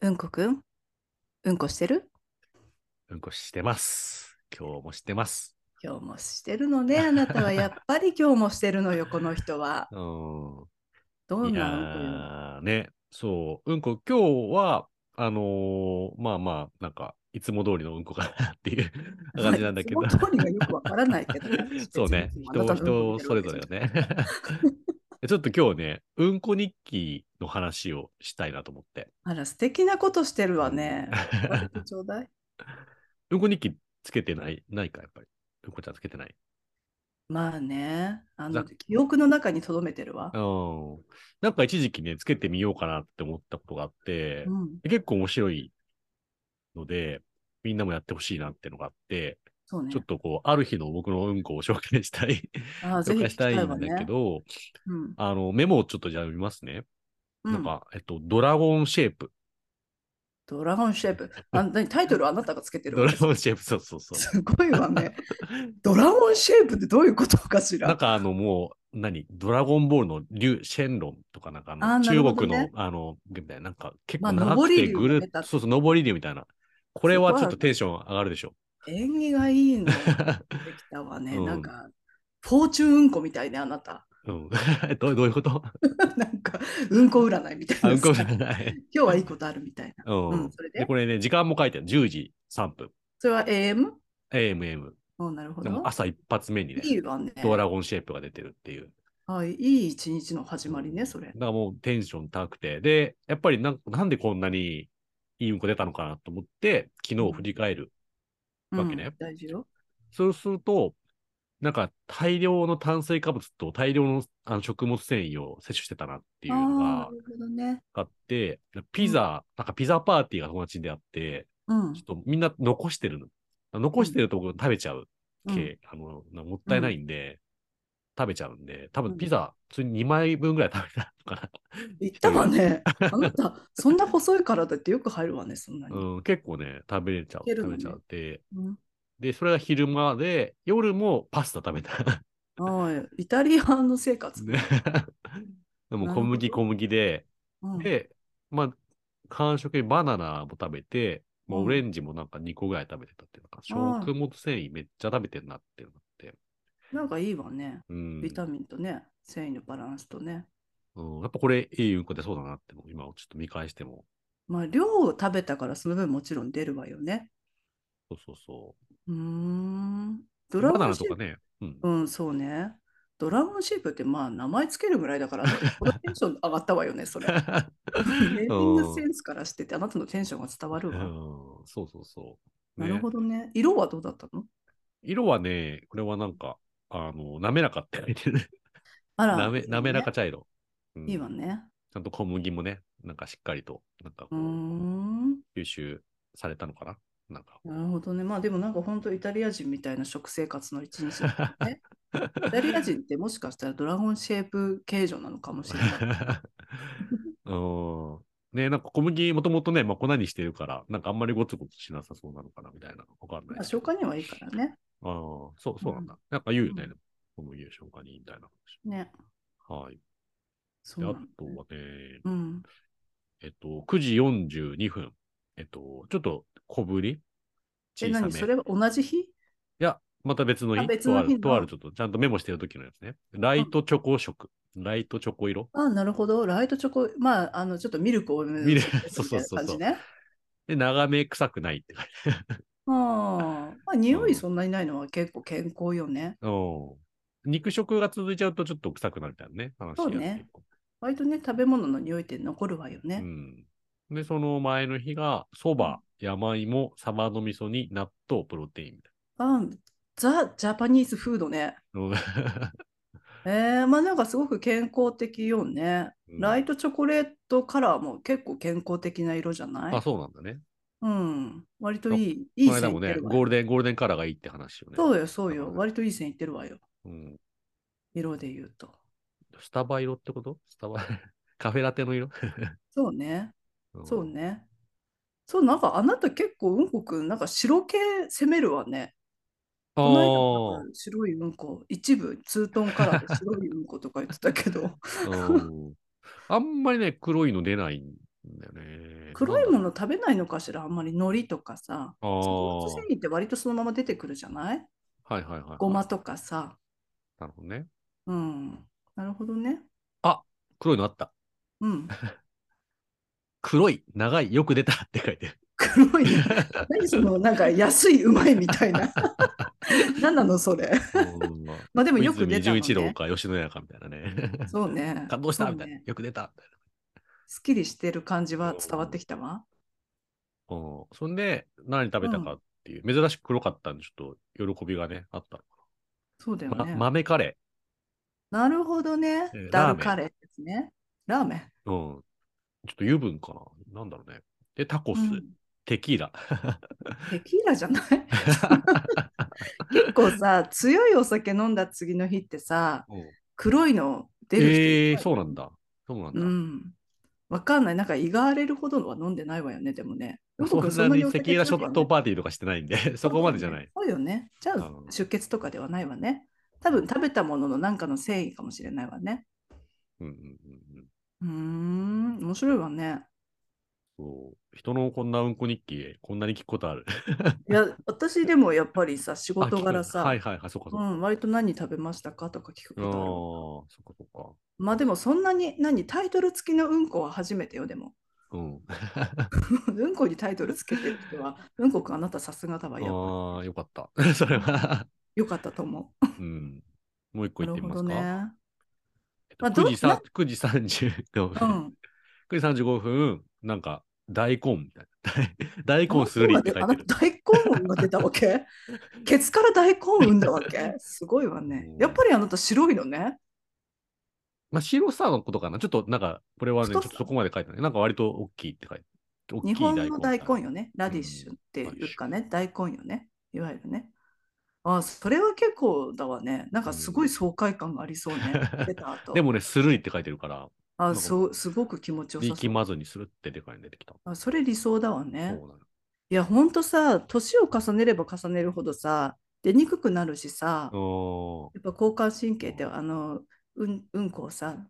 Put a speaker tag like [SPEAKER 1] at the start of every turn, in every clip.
[SPEAKER 1] うんこくんうんこしてる
[SPEAKER 2] うんこしてます。今日もしてます。
[SPEAKER 1] 今日もしてる のね。あなたはやっぱり今日もしてるのよ、この人は。
[SPEAKER 2] うん。
[SPEAKER 1] どう
[SPEAKER 2] い
[SPEAKER 1] な
[SPEAKER 2] やーね、そう、うんこ、今日は、あのーまあまあ、なんか、いつも通りのうんこかなっていう
[SPEAKER 1] の
[SPEAKER 2] 感じなんだけど
[SPEAKER 1] まあ。 その通りがよくわからないけど。
[SPEAKER 2] そうね、
[SPEAKER 1] あ
[SPEAKER 2] 人、
[SPEAKER 1] なたの
[SPEAKER 2] 人それぞれよね。 ちょっと今日ね、うんこ日記の話をしたいなと思って。
[SPEAKER 1] あら、素敵なことしてるわ ね。割とちょうだい。
[SPEAKER 2] うんこ日記つけてない、ないか、やっぱり。うんこちゃんつけてない。
[SPEAKER 1] まあね、あの
[SPEAKER 2] ざ
[SPEAKER 1] 記憶の中に留めてるわ
[SPEAKER 2] う。ん。なんか一時期ね、つけてみようかなって思ったことがあって、
[SPEAKER 1] うん、
[SPEAKER 2] で結構面白いので、みんなもやってほしいなっていうのがあって、
[SPEAKER 1] そうね
[SPEAKER 2] ちょっ。とこう、ある日の僕のうんこを紹介したい、
[SPEAKER 1] ああ、ぜ
[SPEAKER 2] 紹
[SPEAKER 1] ひ聞
[SPEAKER 2] 介し
[SPEAKER 1] き
[SPEAKER 2] た
[SPEAKER 1] た
[SPEAKER 2] い
[SPEAKER 1] い
[SPEAKER 2] ん
[SPEAKER 1] わ
[SPEAKER 2] だ
[SPEAKER 1] ね。
[SPEAKER 2] けど、
[SPEAKER 1] うん
[SPEAKER 2] あの、メモをちょっとじゃあ読みますね。
[SPEAKER 1] うん
[SPEAKER 2] なんか、えっと、ドラゴンシェイプ。
[SPEAKER 1] ドラゴンシェイプ。あ何タイトルあなたがつけてる
[SPEAKER 2] ド
[SPEAKER 1] わ
[SPEAKER 2] ラゴンシェイプ、そうそうそう。
[SPEAKER 1] すごいわね。ドラゴンシェイプってどういうことかし
[SPEAKER 2] なん
[SPEAKER 1] ら。
[SPEAKER 2] かあの、もう、何ドラゴンボールの竜、シェンロンとかなんかあの
[SPEAKER 1] あーなるほ
[SPEAKER 2] 中
[SPEAKER 1] ど
[SPEAKER 2] 国
[SPEAKER 1] ね
[SPEAKER 2] の、あの、みたいな、なんか結
[SPEAKER 1] まあ
[SPEAKER 2] 構長くて
[SPEAKER 1] 登り
[SPEAKER 2] ぐ
[SPEAKER 1] 竜が
[SPEAKER 2] る
[SPEAKER 1] 出
[SPEAKER 2] っ、
[SPEAKER 1] た
[SPEAKER 2] そうそう、登り竜みたいな。これはちょっとテンション上がるでしょ。
[SPEAKER 1] 縁起がいいの。できたわね。
[SPEAKER 2] うん
[SPEAKER 1] なんか、フォーチュンうんこみたいね、あなた。
[SPEAKER 2] うん。 どうどういうこと
[SPEAKER 1] なんか、うんこ占いみたい
[SPEAKER 2] あ
[SPEAKER 1] な。
[SPEAKER 2] うんこじゃ
[SPEAKER 1] 今
[SPEAKER 2] ない。
[SPEAKER 1] 日はいいことあるみたいな。
[SPEAKER 2] うん。
[SPEAKER 1] うん、それ
[SPEAKER 2] で、
[SPEAKER 1] で。
[SPEAKER 2] これね、時間も書いてある。10時3分。
[SPEAKER 1] それは AM?
[SPEAKER 2] AMM。
[SPEAKER 1] おなるほ
[SPEAKER 2] でも
[SPEAKER 1] ど。
[SPEAKER 2] 朝一発目にね、
[SPEAKER 1] いいわね。
[SPEAKER 2] ドラゴンシェイプが出てるっていう。
[SPEAKER 1] はい、いい一日の始まりね、それ
[SPEAKER 2] だ。からもうテンション高くて。で、やっぱりなんなんでこんなにいいうんこ出たのかなと思って、昨日振り返る。わけね
[SPEAKER 1] うん大事よ。
[SPEAKER 2] そうすると、なんか大量の炭水化物と大量のあの食物繊維を摂取してたなっていう
[SPEAKER 1] ああ
[SPEAKER 2] の
[SPEAKER 1] ー、な
[SPEAKER 2] が
[SPEAKER 1] るほどね。
[SPEAKER 2] あって、ピザ、なんかピザパーティーが友達であって、
[SPEAKER 1] うん
[SPEAKER 2] ちょっとみんな残してるの。残してるとこ食べちゃう。
[SPEAKER 1] うん
[SPEAKER 2] 系、あの、なもったいないんで、食べちゃうんで、多
[SPEAKER 1] う
[SPEAKER 2] 分
[SPEAKER 1] ん
[SPEAKER 2] ピザ、普通に2枚分ぐらい食べたのか
[SPEAKER 1] 言ったわ ね。あなた、そんな細い体ってよく入るわね、そんな
[SPEAKER 2] な。
[SPEAKER 1] に。
[SPEAKER 2] うん、結構ね、食べれちゃう。
[SPEAKER 1] いけるの
[SPEAKER 2] 食べ
[SPEAKER 1] ね
[SPEAKER 2] ちゃうって。
[SPEAKER 1] うん
[SPEAKER 2] で、それが昼間で、夜もパスタ食べた。
[SPEAKER 1] はい。イタリアンの生 活。
[SPEAKER 2] ねでも小
[SPEAKER 1] な
[SPEAKER 2] 麦
[SPEAKER 1] るほ
[SPEAKER 2] 小麦で、
[SPEAKER 1] うん
[SPEAKER 2] で、まあ、完食にバナナも食べて、まあ、
[SPEAKER 1] うん
[SPEAKER 2] オレンジもなんか2個ぐらい食べてたっていうか、
[SPEAKER 1] あー
[SPEAKER 2] 食物繊維めっちゃ食べてんなっていうのがあって。
[SPEAKER 1] なんかいいわね。
[SPEAKER 2] うん
[SPEAKER 1] ビタミンとね、繊維のバランスとね。
[SPEAKER 2] うん、やっぱこれいいうんこ出そうだなってのを今ちょっと見返しても。
[SPEAKER 1] まあ、量を食べたからその分もちろん出るわよね。
[SPEAKER 2] そうそうそう。
[SPEAKER 1] うーん。ドラ
[SPEAKER 2] バ
[SPEAKER 1] ゴ
[SPEAKER 2] ナ
[SPEAKER 1] ン
[SPEAKER 2] ナ
[SPEAKER 1] シェ
[SPEAKER 2] と
[SPEAKER 1] イ
[SPEAKER 2] か
[SPEAKER 1] プ、
[SPEAKER 2] ね。 うん。
[SPEAKER 1] うん、そうね。ドラゴンシェイプってまあ名前つけるぐらいだから、このテンション上がったわよね、 それ。ネーミングセンスからしてて、あなたのテンションが伝わる
[SPEAKER 2] う
[SPEAKER 1] わ。
[SPEAKER 2] んそうそうそう。
[SPEAKER 1] なるほ
[SPEAKER 2] ね
[SPEAKER 1] どね。色はどうだったの
[SPEAKER 2] 色はね、これはなんか、あの、滑らかって書いてる。
[SPEAKER 1] あら、
[SPEAKER 2] なめ
[SPEAKER 1] いいわね
[SPEAKER 2] 滑らか茶色。うん
[SPEAKER 1] いいわね。
[SPEAKER 2] ちゃんと小麦もね、なんかしっかりと、なんかこ
[SPEAKER 1] うー
[SPEAKER 2] う、
[SPEAKER 1] ん。
[SPEAKER 2] 吸収されたのかななんか。
[SPEAKER 1] なるほどね。まあでもなんか本当イタリア人みたいな食生活の一日だった ね。イタリア人ってもしかしたらドラゴンシェイプ形状なのかもしれない。
[SPEAKER 2] うん。ねなんか小麦もともとね、まあ、粉にしてるから、なんかあんまりゴツゴツしなさそうなのかなみたいな。わかん
[SPEAKER 1] まあ、
[SPEAKER 2] ないけど。
[SPEAKER 1] 消化にはいいからね。
[SPEAKER 2] ああ、そう、そうなんだ。なんか言うよね。
[SPEAKER 1] うん
[SPEAKER 2] でも小麦消化にいいみたいな
[SPEAKER 1] ね。
[SPEAKER 2] 話。はい。
[SPEAKER 1] そう
[SPEAKER 2] で
[SPEAKER 1] な
[SPEAKER 2] あ
[SPEAKER 1] んだ
[SPEAKER 2] と
[SPEAKER 1] ね
[SPEAKER 2] はね、
[SPEAKER 1] うん。
[SPEAKER 2] えっと、9時42分。えっと、ちょっと小ぶり
[SPEAKER 1] え、
[SPEAKER 2] 小さめ。
[SPEAKER 1] 何それは同じ日
[SPEAKER 2] また別の
[SPEAKER 1] あ
[SPEAKER 2] 日
[SPEAKER 1] 別の日の
[SPEAKER 2] とある、とあるちょっと、ちゃんとメモしてる時のやつね。ライトチョコ色。ライトチョコ色。
[SPEAKER 1] あ、なるほど。ライトチョコ、まあ、あの、ちょっとミルクを入れ
[SPEAKER 2] ミル
[SPEAKER 1] て
[SPEAKER 2] クそうそうそうそう
[SPEAKER 1] みたいな感じね。
[SPEAKER 2] で、長め臭くないって書いて
[SPEAKER 1] ああ、まあ、匂いそんなにないのは結構健康よね。
[SPEAKER 2] ある。うん肉食が続いちゃうとちょっと臭くなるみたいなね。話が
[SPEAKER 1] そうね割とね、食べ物の匂いって残るわよ
[SPEAKER 2] う
[SPEAKER 1] ね。
[SPEAKER 2] ん。で、その前の日が、そば、山芋、サバの味噌に納豆、プロテインみたい
[SPEAKER 1] あ、ザ・ジャパニーズフードね。
[SPEAKER 2] な。
[SPEAKER 1] えー、まあなんかすごく健康的よね。
[SPEAKER 2] うん
[SPEAKER 1] ライトチョコレートカラーも結構健康的な色じゃない
[SPEAKER 2] あ、そうなんだね。
[SPEAKER 1] うん。割といい、いい
[SPEAKER 2] この間
[SPEAKER 1] 線い
[SPEAKER 2] も
[SPEAKER 1] って
[SPEAKER 2] ね、
[SPEAKER 1] るわ
[SPEAKER 2] ゴー
[SPEAKER 1] よ。
[SPEAKER 2] ルデン、ゴールデンカラーがいいって話よね。
[SPEAKER 1] そうよ、そうよ。
[SPEAKER 2] うん
[SPEAKER 1] 割といい線いってるわよ。
[SPEAKER 2] うん。
[SPEAKER 1] 色で言うと。
[SPEAKER 2] スタバ色ってことスタバ、 カフェラテの色
[SPEAKER 1] そうね、
[SPEAKER 2] ん
[SPEAKER 1] そうね。そう、なんかあなた結構うんこくん、なんか白系攻めるわね。
[SPEAKER 2] あ
[SPEAKER 1] この間
[SPEAKER 2] あ
[SPEAKER 1] なんか白いうんこ、一部ツートンカラーで白いうんこと か言ってたけど。
[SPEAKER 2] うんあんまりね、黒いの出ないんだよね。
[SPEAKER 1] 黒いもの食べないのかしらあんまり海苔とかさ
[SPEAKER 2] あ
[SPEAKER 1] 食
[SPEAKER 2] あ
[SPEAKER 1] 物繊維って割とそのまま出てくるじゃない
[SPEAKER 2] ー。はいはいはいはい。
[SPEAKER 1] ごまとかさ
[SPEAKER 2] なるほどね。
[SPEAKER 1] うんなるほどね
[SPEAKER 2] 黒いのあった。
[SPEAKER 1] うん
[SPEAKER 2] 黒い、長い、よく出たって書いてる。
[SPEAKER 1] 黒いね何そのなんか安いうまいみたい な何なのそれ
[SPEAKER 2] うん
[SPEAKER 1] まあ でもよく
[SPEAKER 2] 小
[SPEAKER 1] 出た
[SPEAKER 2] 泉
[SPEAKER 1] の
[SPEAKER 2] 純一郎
[SPEAKER 1] ね
[SPEAKER 2] か吉野家かみたいなね。
[SPEAKER 1] そうね
[SPEAKER 2] 感動した
[SPEAKER 1] そう
[SPEAKER 2] みたいな
[SPEAKER 1] ね。
[SPEAKER 2] よく出たみたいな。
[SPEAKER 1] すっきりしてる感じは伝わってきたわ
[SPEAKER 2] うんそんで、何食べたかっていう、珍しく黒かったんで、ちょっと喜びがね、あったの
[SPEAKER 1] そうだよ
[SPEAKER 2] ま
[SPEAKER 1] ね
[SPEAKER 2] 豆カレ
[SPEAKER 1] なるほどね
[SPEAKER 2] えー
[SPEAKER 1] ダ
[SPEAKER 2] ラ
[SPEAKER 1] ル
[SPEAKER 2] ーメン
[SPEAKER 1] カレーですねラーメン
[SPEAKER 2] ー。うん。ちょっと油分かな。なんだろうね。で、タコス、
[SPEAKER 1] うん
[SPEAKER 2] テキーラ。
[SPEAKER 1] テキーラじゃない 結構さ強いお酒飲んだ次の日ってさ
[SPEAKER 2] うん
[SPEAKER 1] 黒いの出る人
[SPEAKER 2] ええ
[SPEAKER 1] いっぱい
[SPEAKER 2] そうなんだ。そうなんだ。
[SPEAKER 1] うんわかんないなんか胃が荒れるほどは飲んでないわよねでもねよ
[SPEAKER 2] そ
[SPEAKER 1] く
[SPEAKER 2] んなにセキュラショット
[SPEAKER 1] ト
[SPEAKER 2] パーティーとかしてない んで、そこまでじゃない。
[SPEAKER 1] そうよねじゃあ
[SPEAKER 2] うん
[SPEAKER 1] 出血とかではないわね多分食べたもののなんかの繊維かもしれないわね
[SPEAKER 2] うんうんうんう
[SPEAKER 1] うー
[SPEAKER 2] ん
[SPEAKER 1] ん面白いわね
[SPEAKER 2] そう人のこんなうんこ日記、こんなに聞くことある。
[SPEAKER 1] いや私でもやっぱりさ仕事柄
[SPEAKER 2] あ聞く
[SPEAKER 1] さ、
[SPEAKER 2] はいはいはい、そっか
[SPEAKER 1] う
[SPEAKER 2] そっか。
[SPEAKER 1] ん、割と何食べましたかとか聞く
[SPEAKER 2] ああー、
[SPEAKER 1] ことある
[SPEAKER 2] そっかそっ
[SPEAKER 1] まあでもそんなに何タイトル付きのうんこは初めてよでも
[SPEAKER 2] か。うん。
[SPEAKER 1] うんこにタイトル付けてる人は うんこくんあなたさすがだわやっぱ
[SPEAKER 2] ああ、よかった。 それは。
[SPEAKER 1] よかったと思
[SPEAKER 2] うん。もう一個
[SPEAKER 1] う。
[SPEAKER 2] 言
[SPEAKER 1] な
[SPEAKER 2] って
[SPEAKER 1] る
[SPEAKER 2] み
[SPEAKER 1] ほど
[SPEAKER 2] ますか。
[SPEAKER 1] ね。
[SPEAKER 2] えっと
[SPEAKER 1] まあど
[SPEAKER 2] 9時さ9時35
[SPEAKER 1] う
[SPEAKER 2] 分。
[SPEAKER 1] ん。
[SPEAKER 2] 9時35分、なんか、大根みたいな。大根するりって書いてる。
[SPEAKER 1] あ大根運が出たわ けケツから大根産んだわけ すごいわね
[SPEAKER 2] う。ん
[SPEAKER 1] やっぱりあなた白いのね。
[SPEAKER 2] まあ、白さのことかな。ちょっとなんか、これはね、ち
[SPEAKER 1] 太
[SPEAKER 2] ょっ
[SPEAKER 1] さ
[SPEAKER 2] とそこまで書いてない。なんか割と大きいって書いてる。大き
[SPEAKER 1] 日
[SPEAKER 2] い
[SPEAKER 1] 本の大根よね。ラ
[SPEAKER 2] ん
[SPEAKER 1] ディッシュっていうかね、大根よね。いわゆるね。あそれは結構だわね。なんかすごい爽快感がありそうね。
[SPEAKER 2] うん
[SPEAKER 1] 出た後。
[SPEAKER 2] でもね、するりって書いてるから、
[SPEAKER 1] あそう、すごく気持ちよさそ
[SPEAKER 2] 力
[SPEAKER 1] う。
[SPEAKER 2] まずにするってでかいの出てきた。
[SPEAKER 1] あそれ理想だわ
[SPEAKER 2] そうな
[SPEAKER 1] ね。
[SPEAKER 2] の。
[SPEAKER 1] いや、ほんとさ、年を重ねれば重ねるほどさ、出にくくなるしさ、
[SPEAKER 2] お
[SPEAKER 1] やっぱ交感神経ってあのうんうんこをさ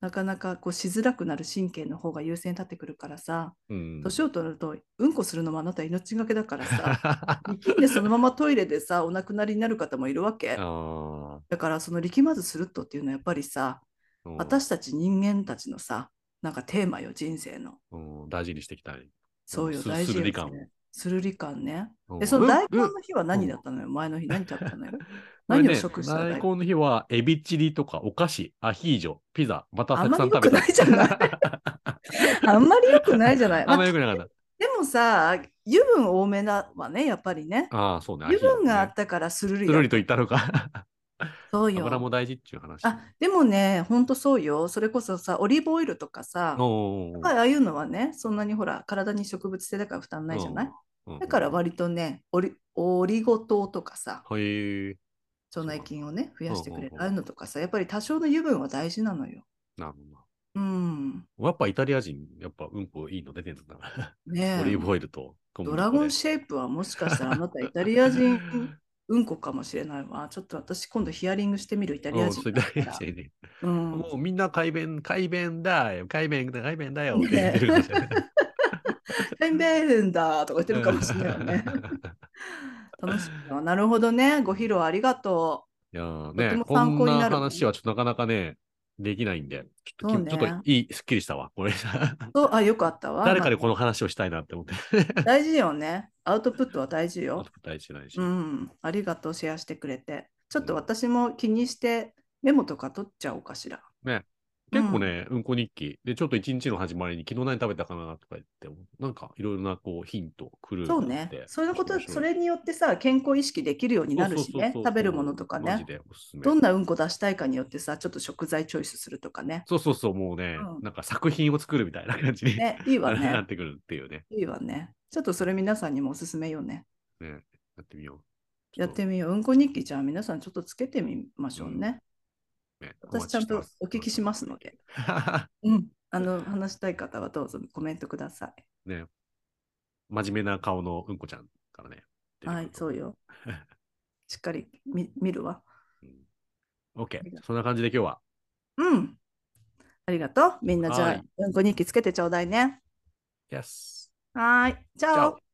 [SPEAKER 1] なかなかこうしづらくなる神経の方が優先に立ってくるからさ
[SPEAKER 2] ーうん。
[SPEAKER 1] 年を取るとうんこするのもあなた命がけだからさ力んで
[SPEAKER 2] あ
[SPEAKER 1] そのままトイレでさお亡くなりになる方もいるわけ
[SPEAKER 2] ー
[SPEAKER 1] だからその力まずするっとっていうのはやっぱりさ
[SPEAKER 2] うん
[SPEAKER 1] 私たち人間たちのさなんかテーマよ人生の
[SPEAKER 2] うん大事にしていきたい。
[SPEAKER 1] そうよ
[SPEAKER 2] す
[SPEAKER 1] 大事よ
[SPEAKER 2] するり感
[SPEAKER 1] ねするり感ね
[SPEAKER 2] うん
[SPEAKER 1] えその
[SPEAKER 2] うん
[SPEAKER 1] 大根
[SPEAKER 2] うん
[SPEAKER 1] の日は何だったのよ前の日何食べたのよ
[SPEAKER 2] これ
[SPEAKER 1] 何を
[SPEAKER 2] ね
[SPEAKER 1] 食したの
[SPEAKER 2] 大根の日は、エビチリとかお菓子、アヒージョ、ピザ、またたくさん食べた。
[SPEAKER 1] あんまり良くないじゃあんまり良くないじゃない。ま
[SPEAKER 2] あ
[SPEAKER 1] あ
[SPEAKER 2] んまりよくなかった。
[SPEAKER 1] でもさ、油分多めだわね、やっぱりね。
[SPEAKER 2] ああ、そうね。
[SPEAKER 1] 油分があ
[SPEAKER 2] アヒ
[SPEAKER 1] ったからスル
[SPEAKER 2] ー
[SPEAKER 1] リ
[SPEAKER 2] ジョね、する
[SPEAKER 1] だ
[SPEAKER 2] りと言ったのか。
[SPEAKER 1] そう
[SPEAKER 2] 油も
[SPEAKER 1] よ。
[SPEAKER 2] 大事っていう話。
[SPEAKER 1] あでもね、ほんとそうよ。それこそさ、オリーブオイルとかさ、
[SPEAKER 2] おー、
[SPEAKER 1] やっぱりああいうのはね、そんなにほら、体に植物性だから負担ないじゃない、
[SPEAKER 2] うん
[SPEAKER 1] だから割とね、オリオリゴ糖とかさ、
[SPEAKER 2] うんへえ、
[SPEAKER 1] 腸内菌をね、増やしてくれる、
[SPEAKER 2] うんうんうん
[SPEAKER 1] ああいうのとかさ、やっぱり多少の油分は大事なのよ。
[SPEAKER 2] なるほどな。
[SPEAKER 1] うん。
[SPEAKER 2] やっぱイタリア人、やっぱうんこいいの出てるんだな。
[SPEAKER 1] ねえ
[SPEAKER 2] オリーブオイルと小
[SPEAKER 1] ド
[SPEAKER 2] 麦粉で
[SPEAKER 1] ラゴンシェイプはもしかしたらあなたイタリア人うんこかもしれないわ。ちょっと私今度ヒアリングしてみるイタリア人
[SPEAKER 2] うんそうイ
[SPEAKER 1] だ
[SPEAKER 2] タ
[SPEAKER 1] った
[SPEAKER 2] リア
[SPEAKER 1] ら。
[SPEAKER 2] 人ね
[SPEAKER 1] うん
[SPEAKER 2] もうみんな改便、改便だよ、改便だ、改便だよって言
[SPEAKER 1] ね
[SPEAKER 2] ってるんですよね。
[SPEAKER 1] ペンベーンだとか言ってるかもしれないよね。楽しみだわなるほどね。ご披露ありがと
[SPEAKER 2] いやー
[SPEAKER 1] とて
[SPEAKER 2] ね、
[SPEAKER 1] も
[SPEAKER 2] こ
[SPEAKER 1] 参
[SPEAKER 2] ん
[SPEAKER 1] 考にな
[SPEAKER 2] な
[SPEAKER 1] る
[SPEAKER 2] 話はちょっとなかなかね、できないんで、ちょっとき、
[SPEAKER 1] そうね
[SPEAKER 2] ちょっといい、すっきりしたわ。これさ、
[SPEAKER 1] う。そうあ、よかったわ。
[SPEAKER 2] 誰かにこ
[SPEAKER 1] の
[SPEAKER 2] の話をしたいなって思って、
[SPEAKER 1] 大事よね。アウトプットは大事よ。
[SPEAKER 2] 大事ないし。
[SPEAKER 1] うん。ありがとう、シェアしてくれて。ちょっと私も気にしてメモとか取っちゃおうかしら。
[SPEAKER 2] 結構ね、うんこ日記。で、ちょっと一日の始まりに昨日何食べたかなとか言って、なんかいろいろなこうヒント、クルー
[SPEAKER 1] そう
[SPEAKER 2] があっ
[SPEAKER 1] ね
[SPEAKER 2] て。
[SPEAKER 1] それのこと、
[SPEAKER 2] 面白い
[SPEAKER 1] それによってさ、健康意識できるようになる
[SPEAKER 2] そうそう
[SPEAKER 1] し
[SPEAKER 2] そう
[SPEAKER 1] ね、
[SPEAKER 2] そう
[SPEAKER 1] 食べるものとか
[SPEAKER 2] マ
[SPEAKER 1] ね、
[SPEAKER 2] ジでおすすめ。
[SPEAKER 1] どんなうんこ出したいかによってさ、ちょっと食材チョイスするとかね。
[SPEAKER 2] そうそうそう、もうね、
[SPEAKER 1] うん
[SPEAKER 2] なんか作品を作るみたいな感じに、
[SPEAKER 1] ね、いいわ
[SPEAKER 2] なっ
[SPEAKER 1] ね。
[SPEAKER 2] てくるっていうね。
[SPEAKER 1] いいわね。ちょっとそれ皆さんにもおすすめよね。
[SPEAKER 2] ねやってみよう。
[SPEAKER 1] やってみよう。うんこ日記じゃあ皆さんちょっとつけてみましょうね。
[SPEAKER 2] み、ね、
[SPEAKER 1] 私ちゃんとお聞きしますので。うん。あの、話したい方はどうぞコメントくださ
[SPEAKER 2] ね。 真面目な顔のうんこちゃんからね。
[SPEAKER 1] い。はい、そう
[SPEAKER 2] よ。
[SPEAKER 1] よ。しっかり見見るわ。
[SPEAKER 2] OK
[SPEAKER 1] ありが。と
[SPEAKER 2] そんな感じで今日は。
[SPEAKER 1] うん。ありがとう。みんなじゃ
[SPEAKER 2] は
[SPEAKER 1] あ
[SPEAKER 2] い、
[SPEAKER 1] うんこ日記つけてちょうだいね。
[SPEAKER 2] Yes.
[SPEAKER 1] はーい。じゃあ。
[SPEAKER 2] Ciao.